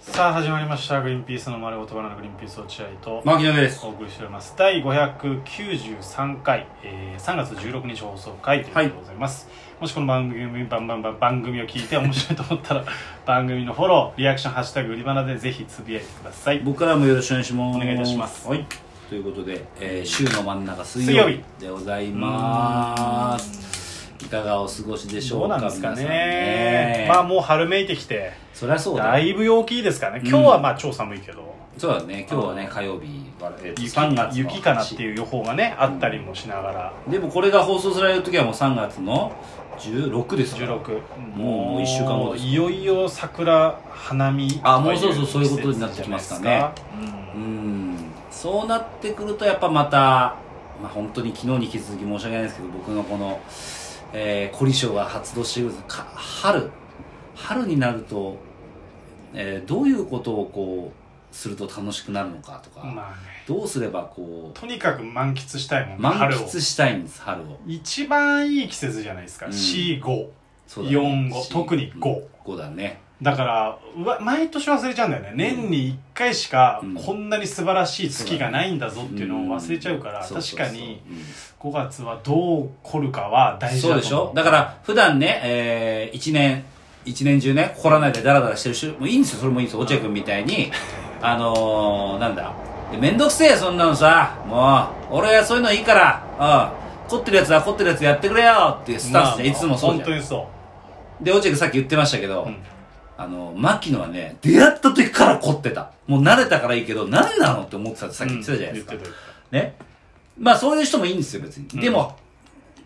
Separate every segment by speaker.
Speaker 1: さあ始まりました「グリーンピースの丸ごとバナナグリーンピース落合」と
Speaker 2: 牧野です
Speaker 1: お送りしております第593回、えー、3月16日放送回ということでございます、もしこの番組番番番番組を聞いて面白いと思ったら 番組のフォローリアクション「ハッシュタグ売りバナ」でぜひつぶやいてください
Speaker 2: 僕からもよろしくお願いします
Speaker 1: お願いいたします
Speaker 2: はいということで、えー週の真ん中水
Speaker 1: 水曜
Speaker 2: 曜
Speaker 1: 日
Speaker 2: 日でございますいかがお過ごしでし
Speaker 1: ど
Speaker 2: ょ
Speaker 1: う
Speaker 2: う
Speaker 1: な
Speaker 2: か
Speaker 1: んですかね
Speaker 2: 皆さんね
Speaker 1: まあもう春めいてきて
Speaker 2: そりゃそうだ
Speaker 1: だいぶ陽気ですからね今日はまあ超寒いけど、
Speaker 2: そうだね今日はね火曜日は、えーと
Speaker 1: 雪
Speaker 2: 3月の
Speaker 1: 雪かなっていう予報がねあったりもしながら、
Speaker 2: でもこれが放送される時はもう3月の16ですから
Speaker 1: 16
Speaker 2: もう一週間後です
Speaker 1: いよいよ桜花見
Speaker 2: あもうそろそろそういうことになってきますか
Speaker 1: 季節
Speaker 2: ね
Speaker 1: じゃないですか
Speaker 2: う
Speaker 1: うん
Speaker 2: んそうなってくるとやっぱまた、まあ、本当に昨日に引き続き申し訳ないですけど僕のこの、えー、凝り性が発動してくるか春春になると、えーどういうことをこうすると楽しくなるのかとか、
Speaker 1: まあね
Speaker 2: どうすればこう
Speaker 1: とにかく満喫したいもん
Speaker 2: 満
Speaker 1: 春を
Speaker 2: 喫したいんです春を
Speaker 1: 一番いい季節じゃないですか、
Speaker 2: うん
Speaker 1: 45
Speaker 2: そう
Speaker 1: 四五特に五
Speaker 2: 5だね
Speaker 1: だからうわ毎年忘れちゃうんだよね年に1回しか
Speaker 2: うん
Speaker 1: こんなに素晴らしい月がないんだぞっていうのを忘れちゃうから、
Speaker 2: んそう
Speaker 1: 確
Speaker 2: そうそう
Speaker 1: かに
Speaker 2: う
Speaker 1: 5
Speaker 2: ん
Speaker 1: 月はどう凝るかは大事
Speaker 2: そう
Speaker 1: だと思う
Speaker 2: でしょだから普段ね、えー、一年一年中ね凝らないでダラダラしてる人もいいんですよそれもいいんですよ落合君みたいにあのー、なんだめんどくせえよそんなのさもう俺はそういうのいいからうん凝ってるやつは凝ってるやつやってくれよっていうスタンスでいつもそう
Speaker 1: 本
Speaker 2: じ
Speaker 1: 当
Speaker 2: ゃん
Speaker 1: にそ
Speaker 2: で落合君さっき言ってましたけど、
Speaker 1: う、うん
Speaker 2: あの牧野はね出会った時から凝ってたもう慣れたからいいけど何なのって思ってたってさっき言ってたじゃないですか、
Speaker 1: うん言ってた
Speaker 2: ね。まあそういう人もいいんですよ、別に。でも、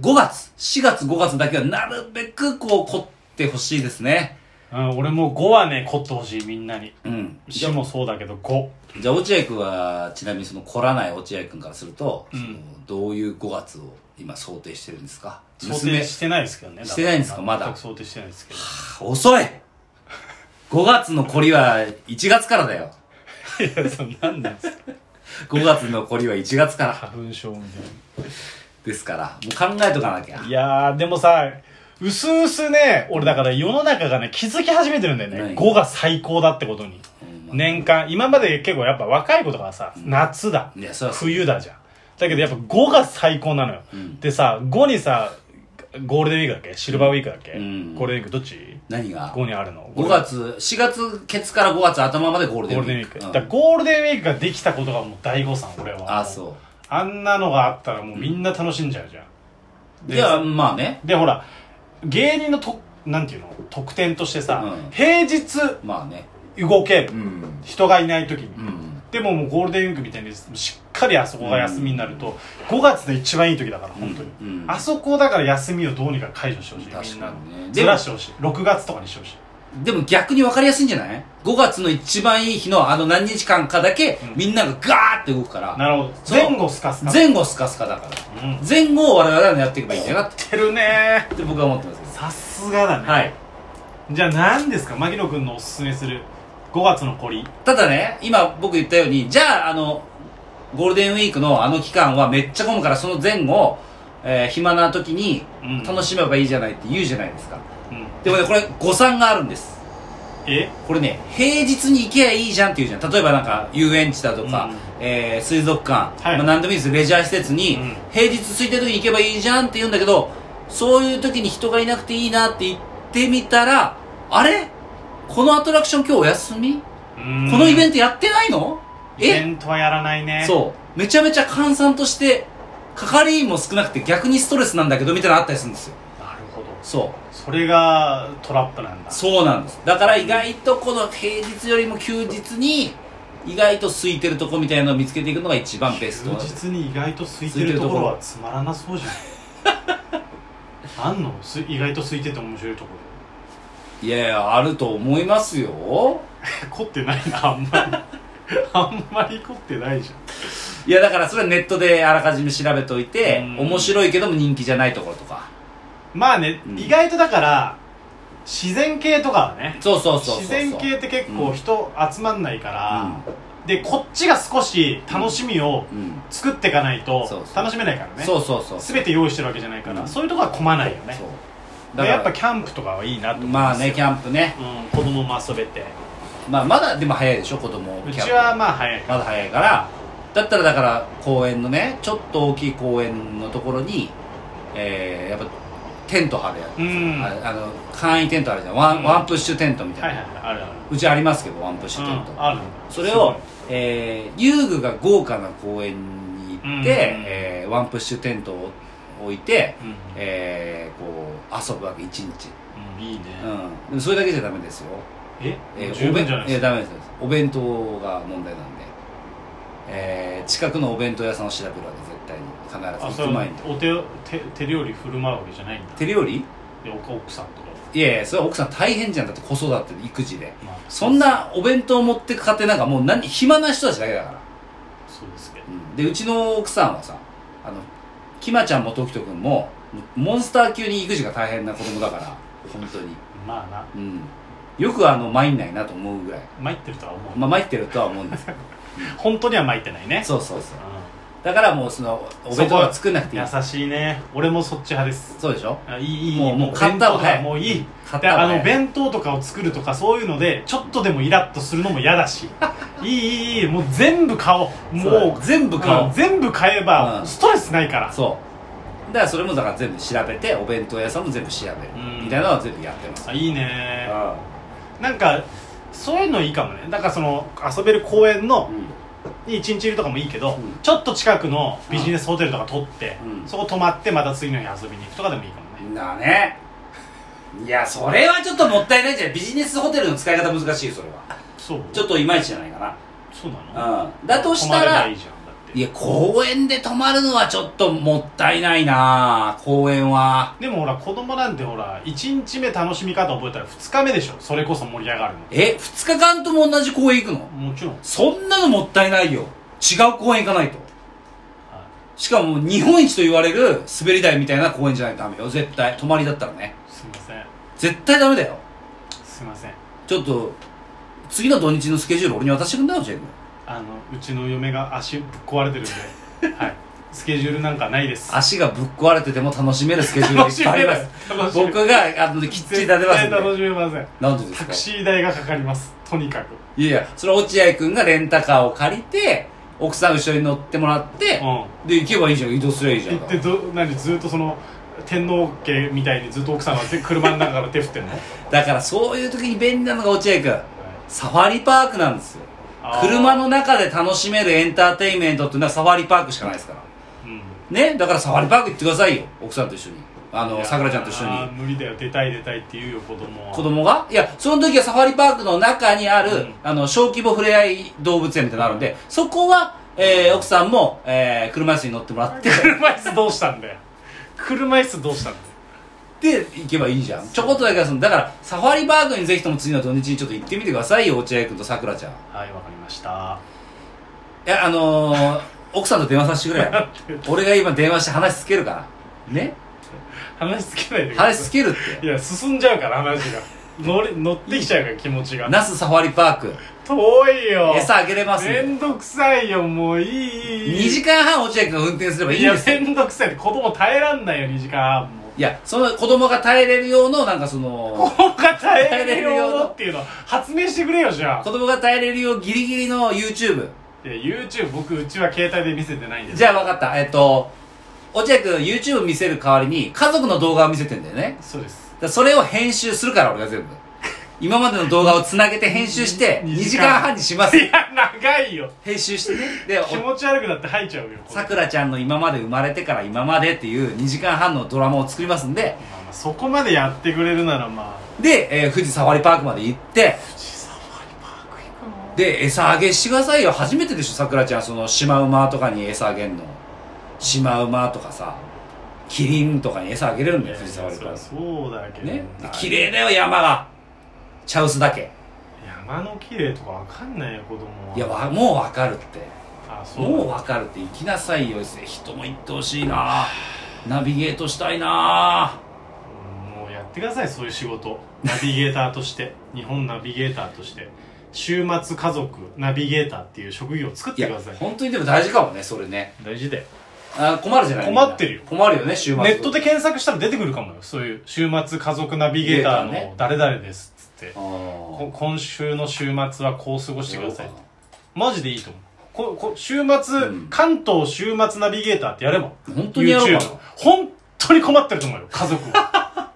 Speaker 2: 5月、4月、5月だけはなるべくこう凝ってほしいですね。
Speaker 1: うん、俺も5はね凝ってほしいみんなに
Speaker 2: うん。じゃ
Speaker 1: 死もそうだけど5
Speaker 2: あ、じゃあ落合君は、ちなみにその凝らない落合君からすると、
Speaker 1: うん
Speaker 2: そのどういう5月を今想定してるんですか
Speaker 1: 想定してないですけどね
Speaker 2: してないんですかまだ
Speaker 1: 全く想定してないですけど
Speaker 2: 娘遅い !5 月の凝りは1月からだよ。
Speaker 1: いやそうなんなんですか
Speaker 2: 5月の凝りは1月から
Speaker 1: 花粉症みたい
Speaker 2: ですから、もう考えとかなきゃ
Speaker 1: ない。やーでもさうすうすね俺だから世の中がね気づき始めてるんだよね
Speaker 2: 何
Speaker 1: 5が最高だってことに
Speaker 2: うんまあ
Speaker 1: 年間今まで結構やっぱ若い子とかはさ、夏だ
Speaker 2: いや、それは、
Speaker 1: 冬だじゃんだけどやっぱ5が最高なのよ、
Speaker 2: うん
Speaker 1: でさ5にさゴールデンウィークだっけシルバーウィークだっけ、
Speaker 2: うん
Speaker 1: ゴールデンウィークどっち
Speaker 2: 何が
Speaker 1: ?5 にあるの
Speaker 2: 5月、4月ケツから5月頭までゴ
Speaker 1: ゴ
Speaker 2: ールデ
Speaker 1: ー
Speaker 2: ンウ
Speaker 1: ルデンウ
Speaker 2: ィ
Speaker 1: ィー
Speaker 2: ー
Speaker 1: ク、
Speaker 2: ク。う
Speaker 1: だ
Speaker 2: ん
Speaker 1: からゴールデンウィークができたことがもう大誤算俺は
Speaker 2: あ、そう
Speaker 1: あんなのがあったらもうみんな楽しんじゃうじゃん、
Speaker 2: う。
Speaker 1: で
Speaker 2: いや、まあね。
Speaker 1: でほら芸人のとなんていうの特典としてさ、
Speaker 2: うん
Speaker 1: 平日
Speaker 2: まあね。
Speaker 1: 動ける、
Speaker 2: うん。
Speaker 1: 人がいない時に、
Speaker 2: うん。
Speaker 1: でももうゴールデンウィークみたいにしっかりあそこが休みになると、5月で一番いい時だから本当に、
Speaker 2: うんうん
Speaker 1: あそこだから休みをどうにか解除してほしいみ
Speaker 2: 確
Speaker 1: んな
Speaker 2: かにねでも
Speaker 1: ずらしてほしい6月とかにしてほしい
Speaker 2: でも逆に分かりやすいんじゃない ?5 月の一番いい日のあの何日間かだけ、
Speaker 1: うん
Speaker 2: みんながガーって動くから、
Speaker 1: なるほど
Speaker 2: そう
Speaker 1: 前後スカスカ
Speaker 2: 前後スカスカだか
Speaker 1: う
Speaker 2: ら。
Speaker 1: んやっ
Speaker 2: 前後を我々はやっていけばいいんじゃないかって
Speaker 1: るね
Speaker 2: って僕は思ってますけ
Speaker 1: さすがだね
Speaker 2: ど。はい。
Speaker 1: じゃあ何ですか牧野君のおすすめする5月のコリ
Speaker 2: ただね、今僕言ったように、じゃあ、あの、ゴールデンウィークのあの期間はめっちゃ混むから、その前後、えー暇な時に
Speaker 1: うん
Speaker 2: 楽しめばいいじゃないって言うじゃないですか。
Speaker 1: うん
Speaker 2: でもね、これ誤算があるんです。
Speaker 1: え
Speaker 2: これね、平日に行けばいいじゃんって言うじゃん。例えばなんか、遊園地だとか、
Speaker 1: うん
Speaker 2: えー水族館、
Speaker 1: はい
Speaker 2: まあ何でもいいです。レジャー施設に、
Speaker 1: うん
Speaker 2: 平日空いてる時に行けばいいじゃんって言うんだけど、そういう時に人がいなくていいなって言ってみたら、あれこのアトラクション今日お休み、このイベン
Speaker 1: ン
Speaker 2: トやってないの
Speaker 1: トイベ
Speaker 2: え
Speaker 1: ントはやらないね
Speaker 2: そう。めちゃめちゃ閑散として、係員も少なくて逆にストレスなんだけど、みたいなのあったりするんですよ。
Speaker 1: なるほど
Speaker 2: そう。
Speaker 1: それがトラップなんだ
Speaker 2: そうなんですだから意外とこの平日よりも休日に意外と空いてるとこみたいなのを見つけていくのが一番ベスト
Speaker 1: 休
Speaker 2: なんです
Speaker 1: 日に意外と空いてるところはつまらなそうじ ゃんあんのす意外と空いてて面白いところ
Speaker 2: いやいやあると思いますよ
Speaker 1: 凝ってないなあんま りあんまり凝ってないじ
Speaker 2: いやだからそれはネットであらかじめ調べといて
Speaker 1: うん
Speaker 2: 面白いけども人気じゃないところとか
Speaker 1: ゃんまあね、
Speaker 2: うん
Speaker 1: 意外とだから自然系とかはね
Speaker 2: そうそうそうそう
Speaker 1: 自然系って結構人集まんないから、
Speaker 2: う
Speaker 1: でこっちが少し楽しみを
Speaker 2: ん、うん
Speaker 1: 作っていかないと
Speaker 2: そうそう
Speaker 1: 楽しめないからね
Speaker 2: そうそうそうそう
Speaker 1: 全て用意してるわけじゃないから、
Speaker 2: うん
Speaker 1: そういうとこは混まないよねでやっぱキャンプとかはいいなと思い
Speaker 2: ま
Speaker 1: ま
Speaker 2: あ
Speaker 1: すよ
Speaker 2: ねキャンプね
Speaker 1: うん、子供も遊べて
Speaker 2: まあ、まだでも早いでしょ子供
Speaker 1: う
Speaker 2: キャン
Speaker 1: ち
Speaker 2: プ
Speaker 1: はまあ早いか
Speaker 2: まだ早いからだったらだから公園のねちょっと大きい公園のところに、えー、やっぱテント張るやつ、
Speaker 1: うん
Speaker 2: ああの簡易テントあるじゃんワン,、
Speaker 1: うん
Speaker 2: ワンプッシュテントみたい
Speaker 1: は
Speaker 2: な、
Speaker 1: いはいはいあるある
Speaker 2: うちありますけどワンプッシュテント、
Speaker 1: うんある
Speaker 2: それを、えー遊具が豪華な公園に行って、
Speaker 1: うん
Speaker 2: えーワンプッシュテントを置いて、
Speaker 1: すごいうん
Speaker 2: えーこう遊ぶわけ一日、
Speaker 1: うんいいね
Speaker 2: うん、でもそれだけじゃダメですよ、
Speaker 1: え
Speaker 2: えー
Speaker 1: 十分じゃない
Speaker 2: おべん
Speaker 1: で
Speaker 2: え
Speaker 1: す
Speaker 2: ー
Speaker 1: か
Speaker 2: ダメですお弁当が問題なんで、えー近くのお弁当屋さんを調べるわけ絶対に
Speaker 1: あ
Speaker 2: 必ず
Speaker 1: そ
Speaker 2: 行
Speaker 1: れ
Speaker 2: く
Speaker 1: は
Speaker 2: 前に
Speaker 1: お手手手料理振る舞うわけじゃないんだ
Speaker 2: 手料理
Speaker 1: でお奥さんとか
Speaker 2: いやいやそれは奥さん大変じゃんだって子育て育児で
Speaker 1: まあ
Speaker 2: そんなお弁当持ってく家庭なんかもう何暇な人たちだけだから
Speaker 1: そうですけど
Speaker 2: でうちの奥さんはさあのきまちゃんもときとくんもモンスター級に育児が大変な子供だから本当に
Speaker 1: まあな
Speaker 2: うんよくあの参んないなと思うぐらい
Speaker 1: 参ってるとは思う
Speaker 2: まあ参ってるとは思うんです けど
Speaker 1: 本当には参ってないね
Speaker 2: そうそうそう
Speaker 1: う
Speaker 2: だからもうそのお弁当は作んなくていい
Speaker 1: ん優しいね俺もそっち派です
Speaker 2: そうでしょ
Speaker 1: あいいいい
Speaker 2: もうもう買
Speaker 1: 弁
Speaker 2: っ
Speaker 1: 当
Speaker 2: た
Speaker 1: と
Speaker 2: 方
Speaker 1: か
Speaker 2: が早い
Speaker 1: もういい
Speaker 2: 買っ
Speaker 1: で
Speaker 2: た
Speaker 1: あ
Speaker 2: 方が
Speaker 1: の
Speaker 2: 早い
Speaker 1: 弁当とかを作るとかそういうのでちょっとでもイラッとするのも嫌だ しいいいいいいもう全部買おう
Speaker 2: そうだよ
Speaker 1: もう
Speaker 2: 全部買おう
Speaker 1: うん全部買えば
Speaker 2: うん
Speaker 1: ストレスないから
Speaker 2: そうだからそれもだから全部調べてお弁当屋さんも全部調べる
Speaker 1: うん
Speaker 2: みたいなのは全部やってます
Speaker 1: あいいね
Speaker 2: あ
Speaker 1: なんかそういうのいいかもねだからその遊べる公園
Speaker 2: あ
Speaker 1: の
Speaker 2: うん
Speaker 1: に一日いるとかもいいけど、
Speaker 2: うん
Speaker 1: ちょっと近くのビジネスホテルとか取って、
Speaker 2: うん
Speaker 1: そこ泊まってまた次の日遊びに行くとかでもいいかもね
Speaker 2: だねいやそれはちょっともったいないじゃんビジネスホテルの使い方難しいよそれは
Speaker 1: そう
Speaker 2: ちょっといまいちじゃないか
Speaker 1: そうなの
Speaker 2: なうんだとした
Speaker 1: 泊まれば
Speaker 2: ら
Speaker 1: いい
Speaker 2: い
Speaker 1: じゃんだって
Speaker 2: や公園で泊まるのはちょっともったいないな公園は
Speaker 1: でもほら子供なんてほら1日目楽しみ方覚えたら2日目でしょそれこそ盛り上がる
Speaker 2: え2日間とも同じ公園行くの
Speaker 1: のもちろん、はい、
Speaker 2: そんなのもったいないよ違う公園行かないとしかも日本一と言われる滑り台みたいな公園じゃないとダメよ絶対泊まりだったらね
Speaker 1: すいません
Speaker 2: 絶対ダメだよ
Speaker 1: すいません
Speaker 2: ちょっと次の土日のスケジュール俺に渡してくんだよジェイ君
Speaker 1: あのうちの嫁が足ぶっ壊れてるん ではいスケジュールなんかないです
Speaker 2: 足がぶっ壊れてても楽しめるスケジュールがい
Speaker 1: 楽
Speaker 2: っ
Speaker 1: し
Speaker 2: ぱい
Speaker 1: め
Speaker 2: あ
Speaker 1: ない
Speaker 2: りま
Speaker 1: 楽
Speaker 2: す
Speaker 1: しめない
Speaker 2: 僕があのきっちり立てますん
Speaker 1: 絶対楽
Speaker 2: で
Speaker 1: しめません
Speaker 2: なんでで
Speaker 1: タ
Speaker 2: すか
Speaker 1: クシー代がかかりますとにかく
Speaker 2: いやいやそれは落合君がレンタカーを借りて奥さん後ろに乗ってもらって
Speaker 1: う、ん
Speaker 2: で行けばいいじゃん移動すればいいじゃん
Speaker 1: 行ってど何ずっとその天皇家みたいにずっと奥さんが手車の中から手振ってんの、はい
Speaker 2: だからそういう時に便利なのが落合君サファリパークなんですよ
Speaker 1: あー
Speaker 2: 車の中で楽しめるエンターテインメントっていうのはサファリパークしかないですから
Speaker 1: うん
Speaker 2: ねだからサファリパーク行ってくださいよ奥さんと一緒にあ
Speaker 1: い
Speaker 2: の
Speaker 1: や
Speaker 2: さくらちゃんと一緒
Speaker 1: あー
Speaker 2: に
Speaker 1: 無理だよ出たい出たいって言うよ子供は
Speaker 2: 子供がいやその時はサファリパークの中にある、
Speaker 1: うん
Speaker 2: あの小規模ふれあい動物園みたいなのあるんでそこは、えー奥さんも、えー車椅子に乗ってもらって
Speaker 1: 車椅子どうしたんだよ車椅子どうしたんだよ
Speaker 2: で行けばいいじゃんちょこっとだけはそのだからサファリパークにぜひとも次の土日にちょっと行ってみてくださいよ落合君とさくらちゃんい
Speaker 1: はいわかりました
Speaker 2: やあの ー奥さんと電話させてくれ俺が今電話して話つけるからね
Speaker 1: 話つけないでください
Speaker 2: 話つけるっ
Speaker 1: い
Speaker 2: て
Speaker 1: や進んじゃうから話が乗り乗ってきちゃうから気持ちが
Speaker 2: 那須サファリパーク
Speaker 1: 遠いよ
Speaker 2: 餌あげれます
Speaker 1: め
Speaker 2: ん
Speaker 1: んどくさいよもういいいい
Speaker 2: 2時間半落合君が運転すればいい
Speaker 1: い
Speaker 2: ん
Speaker 1: や
Speaker 2: ですよ
Speaker 1: めんどくさいって子供耐えらんないよ2時間半も
Speaker 2: いやその子供が耐えれるようのなんかその
Speaker 1: 子供が耐えれるようなっていうの発明してくれよじゃあ
Speaker 2: 子供が耐えれるようギリギリの YouTube
Speaker 1: いや YouTube 僕うちは携帯で見せてないんです
Speaker 2: じゃあ分かったえっと落合君 YouTube 見せる代わりに家族の動画を見せてんだよね
Speaker 1: そうです
Speaker 2: だからそれを編集するから俺が全部今までの動画をつなげて編集して2
Speaker 1: に
Speaker 2: 時間半にします
Speaker 1: いや長いよ
Speaker 2: 編集してねで
Speaker 1: 気持ち悪くなって吐いちゃうよこれ
Speaker 2: さくらちゃんの今まで生まれてから今までっていう2時間半のドラマを作りますんで
Speaker 1: まあまあそこまでやってくれるならまあ
Speaker 2: で、えー富士サファリパークまで行って
Speaker 1: 富士サファリパーク行くの
Speaker 2: で餌あげしてくださいよ初めてでしょさくらちゃんそのシマウマとかに餌あげんのシマウマとかさキリンとかに餌あげれるんだよ富士サファリパー
Speaker 1: そうだけ
Speaker 2: ク
Speaker 1: ど
Speaker 2: ねで
Speaker 1: な
Speaker 2: 綺麗だよ山が茶臼だけ
Speaker 1: 山の綺麗とかわかんないよ子供はい
Speaker 2: やわもうわかるって
Speaker 1: あそう
Speaker 2: もう分かるって行きなさいよ人も行ってほしいなナビゲートしたいな
Speaker 1: うんもうやってくださいそういう仕事ナビゲーターとして 日本ナビゲーターとして週末家族ナビゲーターっていう職業を作っ
Speaker 2: い
Speaker 1: て
Speaker 2: や
Speaker 1: ください
Speaker 2: 本当にでも大事かもねそれね
Speaker 1: 大事で
Speaker 2: あ困るじゃない
Speaker 1: 困ってるよ
Speaker 2: 困るよね週末
Speaker 1: ネットで検索したら出てくるかもよそういう週末家族ナビゲーター
Speaker 2: ナビゲーターね
Speaker 1: の誰々ですっつっって
Speaker 2: あー
Speaker 1: こ今週の週末はこう過ごしてください
Speaker 2: やろうか
Speaker 1: マジでいいと思うここ週末、
Speaker 2: うん
Speaker 1: 関東週末ナビゲーターってやれば
Speaker 2: 本当にやろうかな
Speaker 1: YouTube 本当に困ってると思うよ家族 は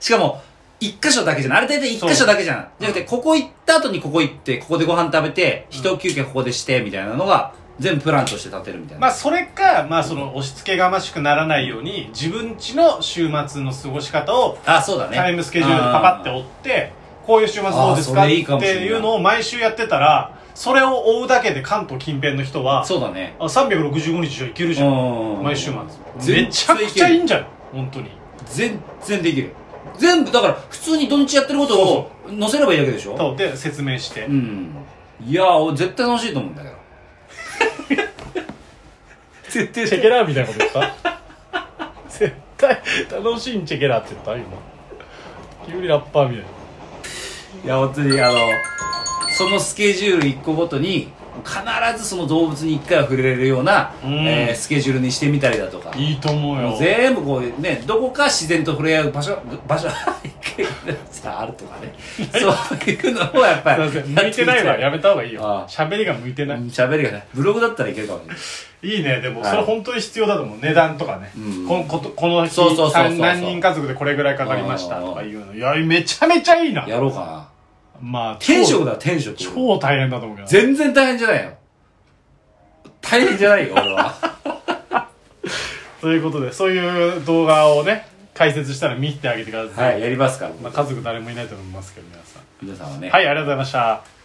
Speaker 2: しかも、一箇所だけじゃない。あれ大体一箇所だけじゃない。じゃなくて、ここ行った後にここ行って、ここでご飯食べて、
Speaker 1: うん
Speaker 2: 一休憩ここでして、みたいなのが、全部プランとして立てるみたいな。
Speaker 1: まあそれかまあその押し付けがましくならないように自分家の週末の過ごし方を
Speaker 2: あ、そうだね。
Speaker 1: タイムスケジュールでパパって追ってこういう週末どうですかっ
Speaker 2: あーそれいいかもしれない
Speaker 1: ていうのを毎週やってたらそれを追うだけで関東近辺の人は
Speaker 2: そうだね。
Speaker 1: あ365日じゃいけるじゃん
Speaker 2: うん
Speaker 1: 毎週末
Speaker 2: 全
Speaker 1: めちゃくちゃいい
Speaker 2: 然
Speaker 1: んじゃん本当に
Speaker 2: 全然できる。全部、だから、普通に土日やってることを載せればいいだけでしょ
Speaker 1: とで説明して
Speaker 2: うん。いやー、俺絶対楽しいと思うんだけど。
Speaker 1: 絶対チェケラーみたいなこと言った絶対楽しいんチェケラーって言った今急にラッパーみたいない
Speaker 2: や、本当に、あの、そのスケジュール1個ごとに、必ずその動物に1回は触れれるような、
Speaker 1: うん
Speaker 2: えースケジュールにしてみたりだとか。
Speaker 1: いいと思うよ
Speaker 2: 全部こうね、どこか自然と触れ合う場所、場所、一回さあるとか ね。そういうのをやっぱ
Speaker 1: すい
Speaker 2: り
Speaker 1: ません向いてないわやめた方がいいよ
Speaker 2: ああ
Speaker 1: 喋りが向いて
Speaker 2: う
Speaker 1: ない、
Speaker 2: ん喋りがね、ブログだったらいけるかもしれない。
Speaker 1: いいねでも
Speaker 2: はい
Speaker 1: それ本当に必要だと思う値段とかね、
Speaker 2: うん
Speaker 1: このことこの日
Speaker 2: そうそうそうそう
Speaker 1: 三何人家族でこれぐらいかかりましたとかいうのいやめちゃめちゃいいな
Speaker 2: やろうかな。
Speaker 1: まあ超
Speaker 2: 天職だ、天職。
Speaker 1: 超大変だと思うけど
Speaker 2: 全然大変じゃないよ。大変じゃないよ、俺は。
Speaker 1: ということでそういう動画をね解説したら見てあげてください、
Speaker 2: はい、やりますから。
Speaker 1: まあ、家族誰もいないと思いますけど皆さん
Speaker 2: 皆さんはね。
Speaker 1: はいありがとうございました